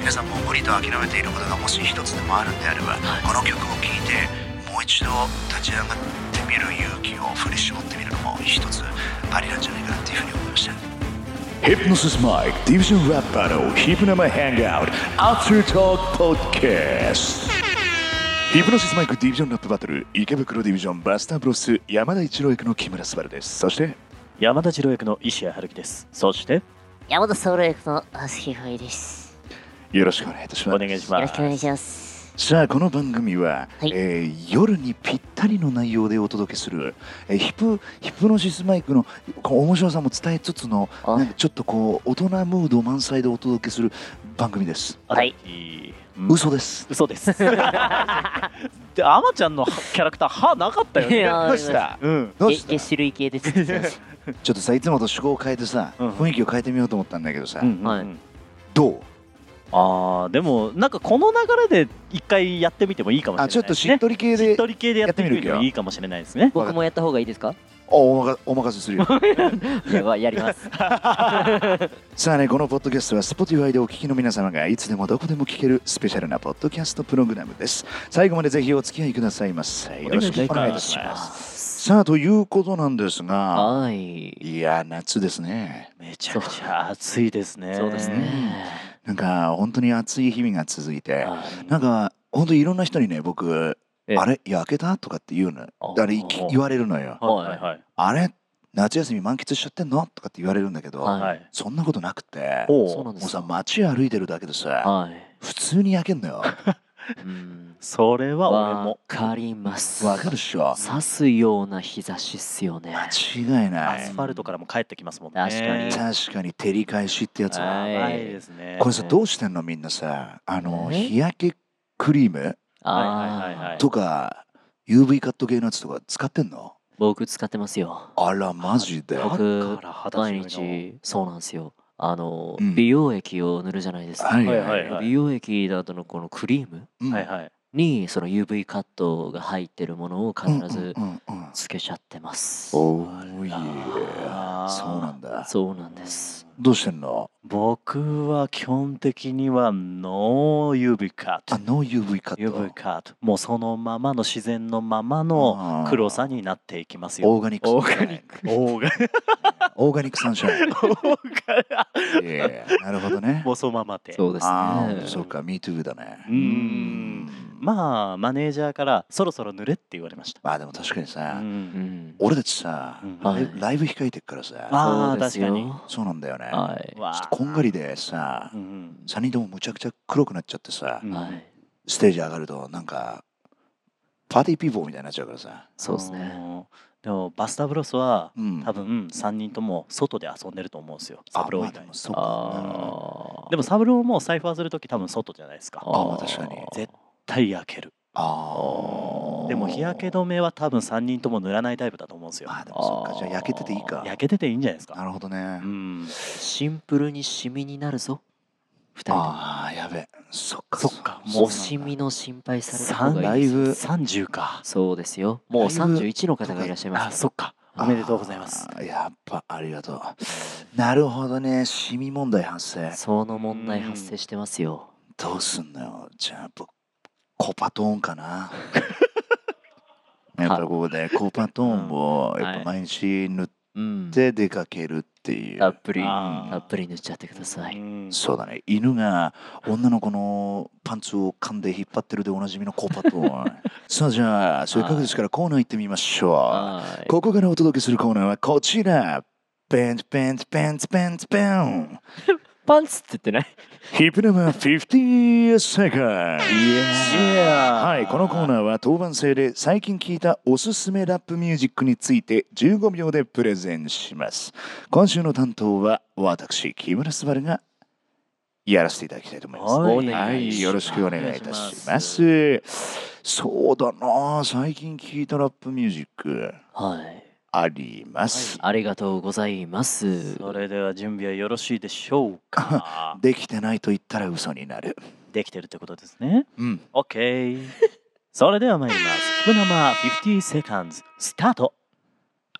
皆さんも無理と諦めていることがもし一つでもあるんであれば、この曲を聴いてもう一度立ち上がってみる勇気を振り絞ってみるのも一つありなんじゃないかなっていうふうに思いました Hypnosis Mike Division Rap Battle Hypnoma Hangout After Talk Podcast Hypnosis Mike Division Rap Battle 池袋ディビジョンバスターブロス山田一郎役の木村昴ですそして山田次郎役の石谷春樹です。そして、山田ソウル役の朝日ふいです。よろしくお願いいたしますお願いしよまろすしくお願いします。さあこの番組は、はいえー夜にぴったりの内容でお届けする、えーヒプヒプノシスマイクのこう面白さも伝えつつのあなんかちょっとこう大人ムード満載でお届けする番組です、はいあいい。うん嘘です嘘 です。で、あまちゃんのキャラクター、歯なかったよいね。や どうしたうん。どうげしたげ種類系です。 ちょっとさいつもと趣向を変えてさ、うん雰囲気を変えてみようと思ったんだけどさ、うんはいどうああ、でも、なんかこの流れで一回やってみてもいいかもしれないあですちょね。っとしっとり系しで、っとり系でやってみるのもいいかもしれないですね。僕もやった方がいいですかおおまかお任せするよやばいやり ます。さあねこのポッドキャストは Spotify でお聞きの皆様がいつでもどこでも聞けるスペシャルなポッドキャストプログラムです最後までぜひお付き合いくださいませよろしくお願いいたしますさあということなんですがはい。いや夏ですねめちゃくちゃ暑いですね。そうですね。なんか本当に暑い日々が続いてはい。なんか本当いろんな人にね僕ええあれ焼けたとかって言うのああれいき言われるのよはいはいはい。あれ夏休み満喫しちゃってんのとかって言われるんだけど、はいはい。そんなことなくてもおうそうなんでうすさか。街歩いてるだけでさはい。普通に焼けんのようん。それは俺わも。かります。わかるっしょ刺すような日差しっすよね。間違いアなスいファルトからも帰ってきますもんね。確かに確かに照り返しってやつははやばいですね。これさどうしてんのみんなさあのえ日焼けクリームはいあはいはいはいあ。とか UV カット系のやつとか使ってんの僕使ってますよ。あらマジでだは僕から肌強い毎の日そうなんですよ。あのうん美容液を塗るじゃないですか。いははいいははいい、はい美容液だとのこのクリームうんはいはい。にその UV カットが入ってるものを必ずうんうんうんうんつけちゃってます。おーいあーそうなんだそうなんです。どうしてんの僕は基本的にはノー UV カあット。ノー UV カット UV カット。もうそのままの自然のままのあー黒さになっていきますよ。オーガニックオサンーシャガインニック。オーガニッオーガニックサンシャインク。オーガニッええなるほどねク。もうそのままで。そうですああね。そうか MeToo だねうんまあ、マネージャーからそろそろ濡れって言われました。まあでも確かにさ、うんん。俺たちさ、うんはいライブ控えてっからさあそあ、うです確よかに。そうなんだよね、はい。わちょっとあこんがりでさ、うん三人ともむちゃくちゃ黒くなっちゃってさ、うんはい。ステージ上がるとなんかパーティーピーポーみたいになっちゃうからさ、そうですね。ね。でも、バスタブロスはうん、多分3人とも外で遊んでると思うんですよ。サあブロまーあで以外も。そうかああ。でもサブローもサイファーするとき多分外じゃないですか。あまあ確かに絶対焼ける。ああでも日焼け止めは多分3人とも塗らないタイプだと思うんですよ。あでもそっかじゃあ焼けてていいか焼けてていいんじゃないですなか。るほどね、うん。シンプルにシミになるぞ。二人ああやべそっかそっかとも。おしシミの心配されたさ方んがラいいイです。ブ30か。そうですよ。もうだいぶ31の方がいらっしゃいまあ、す。そっか。おめでとうございます。あーやっぱありがとうなるほどねシミ問題発生その問題発生してますよ。どうすんのよじゃあ僕コパトーンか なやっぱりここでコパトーンをうんやっぱ毎日塗っうん。て出かけるっていう、たっぷり、あーたっぷり塗っちゃってください。うんそうだね犬が女の子のパンツを噛んで引っ張ってるでおなじみのコパトー ンさあじゃあせっかくですからコーナー行ってみましょはうここからお届けするコーナーはこちらペンペンペンペンペンい。パンツって言っ てないヒプナマ50セカンドはい、このコーナーは当番制で最近聞いたおすすめラップミュージックについて15秒でプレゼンします。今週の担当は私、木村昴がやらせていただきたいと思います。はいはい、よろしくお願いいたします。そうだなあ、最近聞いたラップミュージックはい。あります。。ありがとうございます。それでは準備はよろしいでしょうか できてないと言ったら嘘になる。できてるってことですね。うん、 OK。それでは参ります。ヒプナマ50 seconds スタート。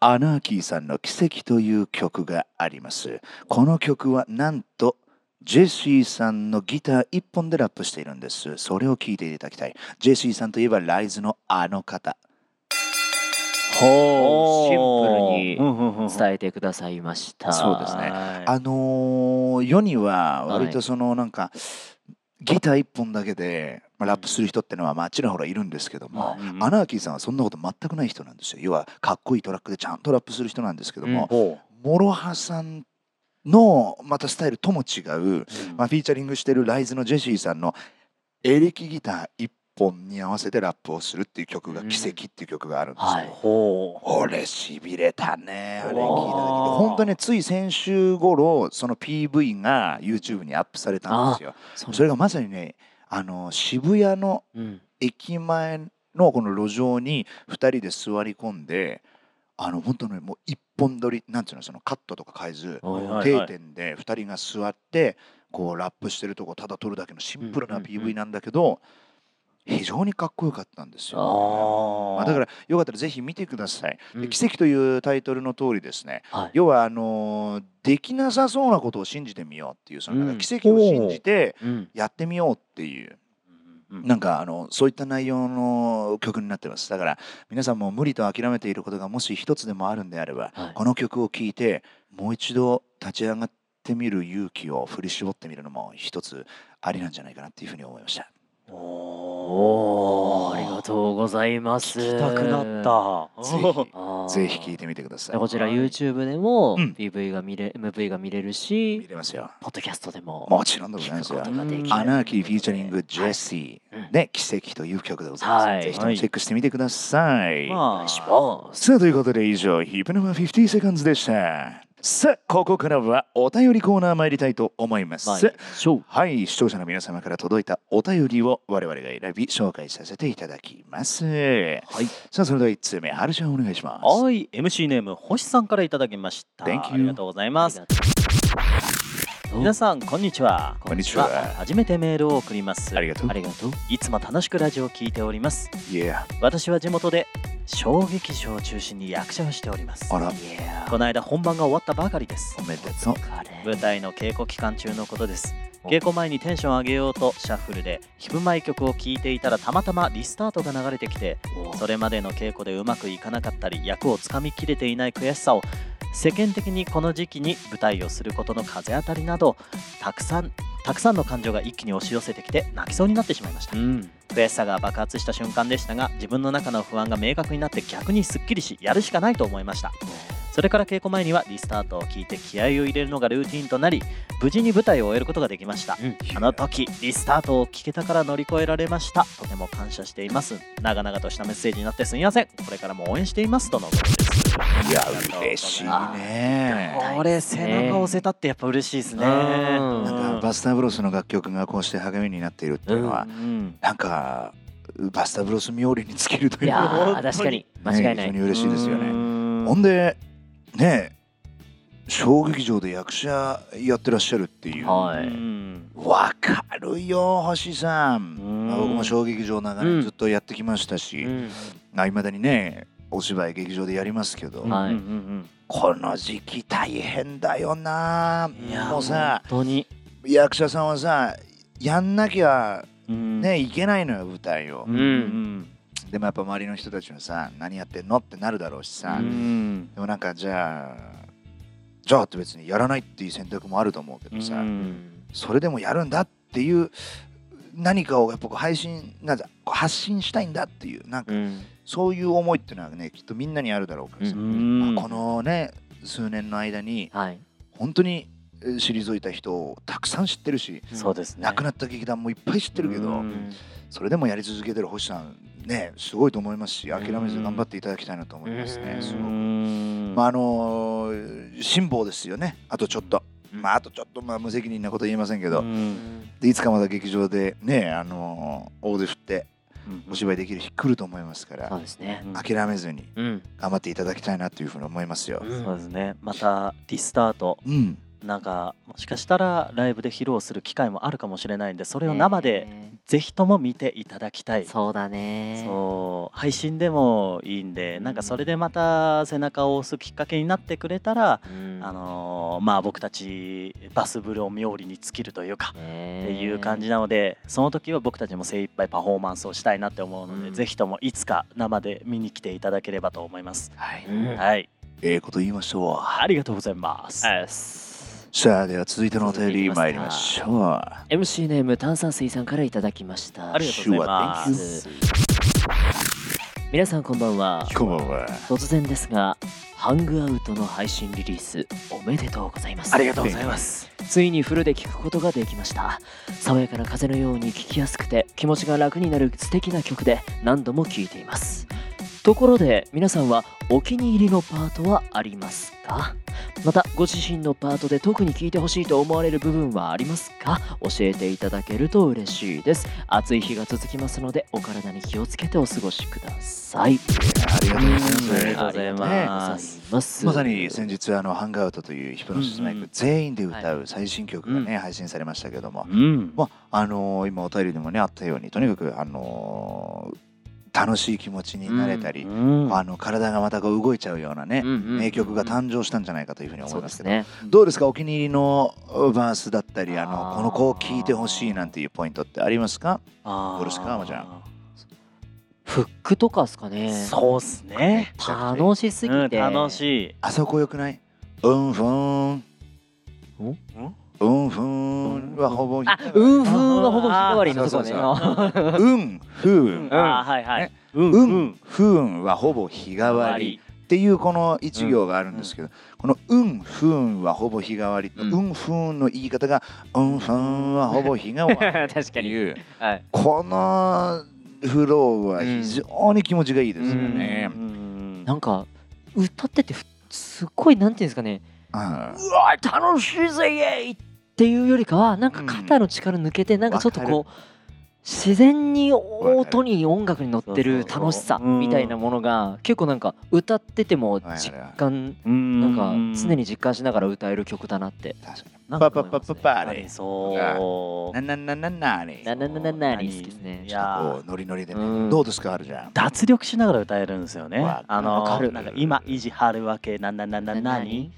アナーキーさんの「奇跡」という曲があります。この曲はなんとジェシーさんのギター一本でラップしているんです。それを聞いていただきたい。ジェシーさんといえばライズのあの方。シおーンプルにうんうんうん伝えてくださいました。そうですねはあのー世には割とはいそのなんか、ギター一本だけで、まあラップする人ってのはまあちらほらいるんですけども、はいいアナーキーさんはそんなこと全くない人なんですよ。要はかっこいいトラックでちゃんとラップする人なんですけども、ほモロハさんのまたスタイルとも違う、まあ、フィーチャリングしてるライズのジェシーさんのエレキギター一本に合わせてラップをするっていう曲が「うん奇跡」っていう曲があるんですよ。はうい。ほ俺しびれたねあれ聞いた時うわー本当ねつい先週頃その PV が YouTube にアップされたんですよそそれがまさにねあの渋谷のうん。駅前のこの路上に2人で座り込んであの本当ねもう一本撮りなんていうのそのカットとか変えずはいはいはい定点で2人が座ってこうラップしてるとこただ撮るだけのシンプルなうんうんうん PV なんだけど非常にかっこよかったんですうよ。まあ、だかららよかったらぜひ見てください。でうん奇跡というタイトルの通りですね、はい要はあのーできなさそうなことを信じてみようっていうそのなんうんか奇跡を信じてうん。やってみようっていう、うんなんかあのそういった内容の曲になってますだから皆さんも無理と諦めていることがもし一つでもあるんであれば、はいこの曲を聴いてもう一度立ち上がってみる勇気を振り絞ってみるのも一つありなんじゃないかなっていうふうに思いました。おーありがとうございます。聞きたくなったぜあひー。ぜひ聴いてみてくださいこ。ちらはい YouTube でもうん PV が見れ、MV が見れる見し、れますよ。ポッドキャストでももちろんでございます聞くよこと。ができる。アナーキーフィーチャリングジェス。シはいーで奇跡という曲でございます。はいぜひともチェックしてみてください。お願まいしあます。さあということで以上ヒプノマ50セカンズでした。さあここからはお便りコーナー参りたいと思います。参りましょう。はい視聴者の皆様から届いたお便りを我々が選び紹介させていただきます。はい。さあそれでは1通目はるちゃんお願いします。はい MC ネーム星さんからいただきました Thank you ありがとうございます皆さんこんにちはこんにちは初めてメールを送りますありがとうあ。りがとう。いつも楽しくラジオを聞いておりますいや私は地元で小劇場を中心に役者をしておりますあらいやこの間本番が終わったばかりですおめでとう。ー、彼。舞台の稽古期間中のことですお稽古前にテンション上げようとシャッフルでヒプマイ曲を聴いていたらたまたまリスタートが流れてきてそれまでの稽古でうまくいかなかったり役をつかみきれていない悔しさを世間的にこの時期に舞台をすることの風当たりなどたくさんたくさんの感情が一気に押し寄せてきて泣きそうになってしまいましたうん。悔しさが爆発した瞬間でしたが自分の中の不安が明確になって逆にすっきりしやるしかないと思いましたそれから稽古前にはリスタートを聞いて気合を入れるのがルーティンとなり無事に舞台を終えることができましたうんあの時リスタートを聞けたから乗り越えられましたとても感謝しています長々としたメッセージになってすみませんこれからも応援していますとのことですいや嬉しいね。これ背中押せたってやっぱ嬉しいですねうんなんかバスターブロスの楽曲がこうして励みになっているっていうのは、うんなんかバスタブロス冥利に尽きるといいうやかー、確かに。間違い なね非常い。に嬉しいですよね。ねほんでね小劇場で役者やってらっしゃるっていうわはい。かるよ星さんうんまあ僕も小劇場長うん年ずっとやってきましたしうんいまだにねお芝居劇場でやりますけど、んはいうんうんこの時期大変だよなうんいやもうさ本当に役者さんはさやんなきゃねねいけないのよ舞台を、んでもやっぱ周りの人たちもさ何やってんのってなるだろうしさ、うんでもなんかじゃあじゃあって別にやらないっていう選択もあると思うけどさ、うんそれでもやるんだっていう何かをやっぱこう配信なんだこう発信したいんだっていうなんかうんそういう思いっていうのはねきっとみんなにあるだろうからさ、うまあこのね数年の間にはい。本当にえー退いた人をたくさん知ってるし、そうですね亡くなった劇団もいっぱい知ってるけど、うんそれでもやり続けてる星さんねすごいと思いますし諦めず頑張っていただきたいなと思いますね、うんすうごく。んまああのー辛抱ですよねあとちょっと、うんまああとちょっとまあ無責任なこと言えませんけうど、んでいつかまた劇場でねあのー大手振ってお芝居できる日来ると思いますから、そうですね。諦めずにうん。頑張っていただきたいなというふうに思いますよ。そうですねまたリスタートうん、なんかもしかしたらライブで披露する機会もあるかもしれないんでそれを生でねぜひとも見ていただきたい、そうだねそう配信でもいいんでなんかそれでまた背中を押すきっかけになってくれたら、うんあのーまあ僕たちバスブルを冥利に尽きるというか、ねっていう感じなのでその時は僕たちも精一杯パフォーマンスをしたいなって思うので、うんぜひともいつか生で見に来ていただければと思います、はいうんはいええこと言いましょうありがとうございます、 Yes さあでは続いてのお便り続い参ていきりまましすょう MC ネーム炭酸水さんからいただきましたありがとうございます、皆さんこんばんはこんばんは突然ですがハングアウトの配信リリースおめでとうございますありがとうございますついにフルで聴くことができました爽やかな風のように聴きやすくて気持ちが楽になる素敵な曲で何度も聴いていますところで皆さんはお気に入りのパートはありますかまたご自身のパートで特に聴いてほしいと思われる部分はありますか教えていただけると嬉しいです暑い日が続きますのでお体に気をつけてお過ごしくださいありがとうござありいがとまうござありいありがとうござまいすますまさに先日あのハングアウトというヒプノシスマイうんうクん全員で歌う最新曲がね、配信されましたけども、うんまああのー今お便りでもねあったようにとにかくあのー楽しい気持ちになれたり、うんあの体がまたこう動いちゃうようなね、名名曲が誕生したんじゃないかというふうに思そいうまですすけど、ねどうですかお気に入りのバースだったりあのあーこの子を聴いてほしいなんていうポイントってありますかあーどうですかまちゃんフックとかですかねそうっすね楽しすぎうんて、楽しいあそこよくないうんふーんうんふんーんはほぼあうんふんはほぼひまわりのとこねあうんふーんあーはいはねいうんううんんふーんはほぼ日替わりっていうこの一行があるんですけど、この「うんふーん」はほぼ日替わりの「う、うんんふーん」の言い方が「うんふーん」はほぼ日替わり確ってかに、いうはい、このフローは非常に気持ちがいいですよね。うんうんなんか歌っててふすっごいなんていうんですかねあうわー楽しいぜイエイっていうよりかはなんか肩の力抜けて、なんかちょっとわこう自然にかる音に音楽に乗ってそうるそうそう楽しさうんみたいなものが結構なんか歌っててもはい実感うんなんか常に実感しながら歌える曲だなって確かに。なんパかパ思いパまパすねパああれり。そうなななななあれ。なななななに好きですねいちょっとこやうノリノリでうね。んどうですかあるじゃん。脱力しながら歌えるんですよねわかるあのわかるなんか今維持張るわけなんなんなんなんなに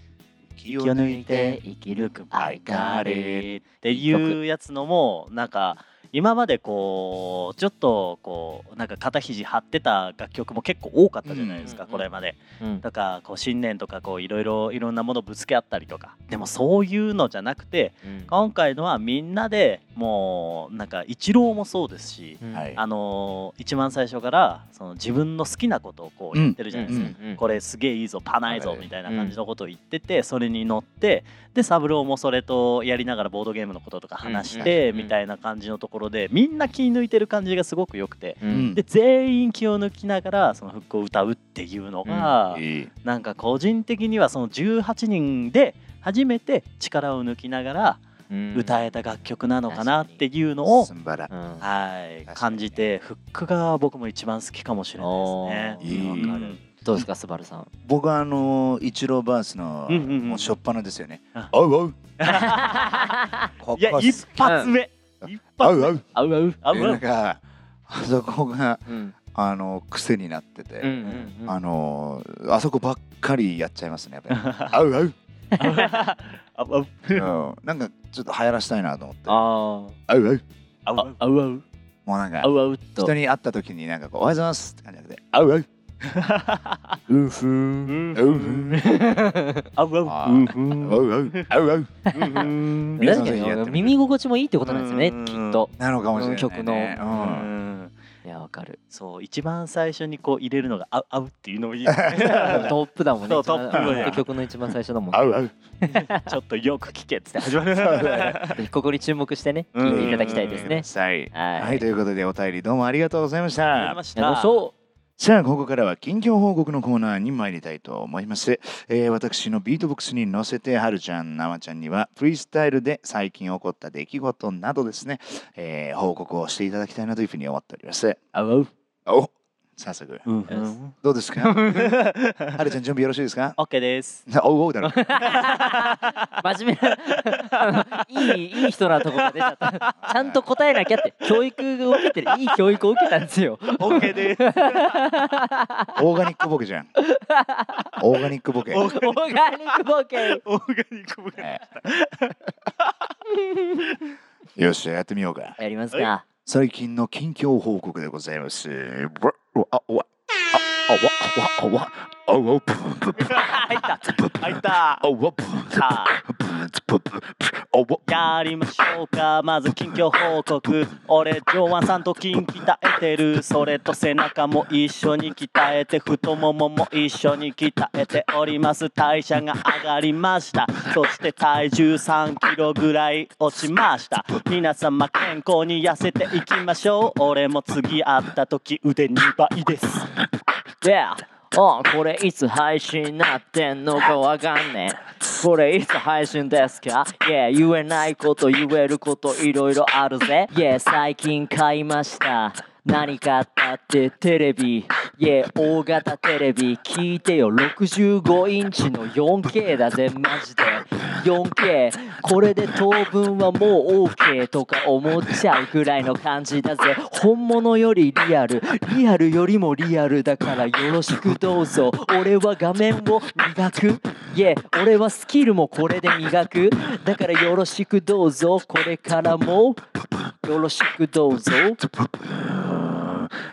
気気を抜いて生きミルるクあいガかーれレーっていうやつのもなんか今までこうちょっとこうなんか肩肘張ってた楽曲も結構多かったじゃないですか、うんこれまでうんだからこう信念とかこういろいろいろんなものぶつけ合ったりとかでもそういうのじゃなくて今回のはみんなでもうなんか一郎もそうですし、うんはいあのー一番最初からその自分の好きなことをこう言ってるじゃないですか、うんうんうんこれすげえいいぞパないはぞいみたいな感じのことを言っててそれに乗ってで三郎もそれとやりながらボードゲームのこととか話しうんうんてうんみたいな感じのところでみんな気抜いてる感じがすごく良くてうんで全員気を抜きながらその復興を歌うっていうのがいいなんか個人的にはその18人で初めて力を抜きながら歌えた楽曲なのかなっていうのをすんばら。うんはい確かにね感じてフックが僕も一番好きかもしれないですおーいね。いわかるどうですかスバルさ ん僕はあのイチローバースのうんうんうんもう初っ端ですよねあ。おうおう。こいやこ一発目、一お発う目おう。あうあうあで ぶなんかあそこがうんあの癖になってて。うんうんあのーあそこばっかりやっちゃいますね、やっぱ り。合う合う、あぶうんなんかちょっと流行らしたいなと思って。合あう合う。あぶあうあうもうなんかあ、うあうっと人に会った時になんかこう、おはようございますって感じじゃなくて、合う合う。うんふうんん合う合あぶああぶうんふうん合う合う。合う合う。うん皆さ確んかぜひやってみてに耳心地もいいってことなんですよねうきんっとなのかもしれない、ね。曲のうんいやわかるそう一番最初にこう入れるのがああうっていうのもいいトップだもんねそうトップ一番曲の一番最初だもん合う合う。ちょっとよく聞けっつって始 まるここに注目してねうん聴いていただきたいですねはい。はいはい、ということでお便りどうもありがとうございましありたま。しやりたましょじゃあここからは近況報告のコーナーに参りたいと思います、えー私のビートボックスに乗せてはるちゃんなまちゃんにはフリースタイルで最近起こった出来事などですね、えー報告をしていただきたいなというふうに思っておりますうあうあうお早速ううんんうんどうですかはるちゃん準備よろしいですか OK です。なおうおうだろ真面目なあのいいいい人なとこが出ちゃったちゃんと答えなきゃって教育を受けてるいい教育を受けたんですよ OK です。オーガニックボケじ ゃんオーガニックボケオーガニックボケオーガニックボケええよっしゃやってみようかやりますか最近の近況報告でございますわわわああわあわあわあわぷぷぷ入った入ったあわぷぷさあぷぷぷあわやりましょうかまず近況報告俺上腕さんと筋鍛えてるそれと背中も一緒に鍛えて太ももも一緒に鍛えております代謝が上がりましたそして体重3キロぐらい落ちました皆様健康に痩せていきましょう俺も次会った時腕2倍です Yeah おこれいつ配信になってんのかわかんねえこれいつ配信ですか Yeah 言えないこと言えることいろいろあるぜ Yeah 最近買いました何買ったってテレビ Yeah 大型テレビ聞いてよ65インチの 4K だぜマジで 4K これで当分はもう OK とか思っちゃうぐらいの感じだぜ本物よりリアルリアルよりもリアルだからよろしくどうぞ俺は画面を磨くいえ俺はスキルもこれで磨くだからよろしくどうぞこれからもよろしくどうぞ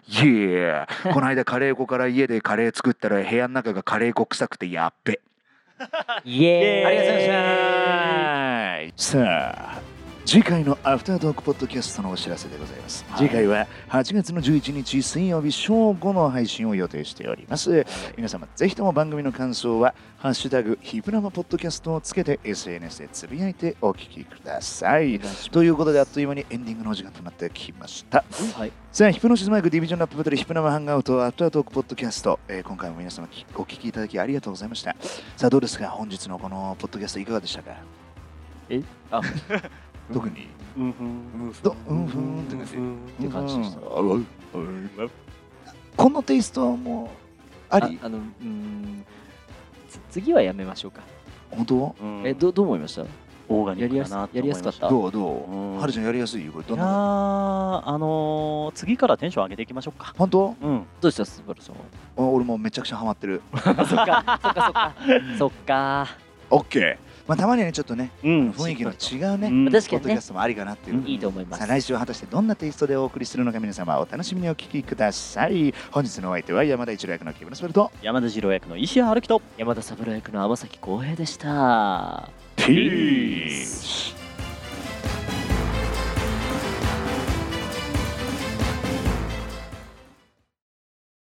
イエーこの間カレー粉から家でカレー作ったら部屋の中がカレー粉臭くてやっべイエーイありがとうございましたさあ次回のアフタートークポッドキャストのお知らせでございます、次回は8月の11日水曜日正午の配信を予定しております皆様ぜひとも番組の感想は「ハッシュタグヒプラマポッドキャスト」をつけて SNS でつぶやいてお聞きくださいということであっという間にエンディングのお時間となってきましたはいさあ、ヒプノシスマイクディビジョンラップバトルヒプナマハングアウトアフタートークポッドキャスト、えー今回も皆様きお聞きいただきありがとうございました。さあ、どうですか本日のこのポッドキャストいかがでしたかえあ特に、うんふんどうんふんって感じて感じでしたうんあうわうわこのテイストもありあのうーんつ次はやめましょうか本当うんえどどう思いましたオーガニやッりクやだすなってやり思いやますしたかったどうどううんはるちゃんやりやすいこれどいんやーなのあのー、次からテンション上げていきましょうか。本当うん。どうしたスバルさんはあ俺もうめちゃくちゃハマってる。そっかそっかそっかオッケー。まあ、たまにはね、ちょっとね、うん雰囲気の違うね、うん確かポッにドキャねストもありかなっていうことでいいと思いますさあ来週は果たしてどんなテイストでお送りするのか皆様お楽しみにお聞きください本日のお相手は山田一郎役の木村スペルト山田次郎役の石原春樹と山田三郎役の天崎浩平でしたピース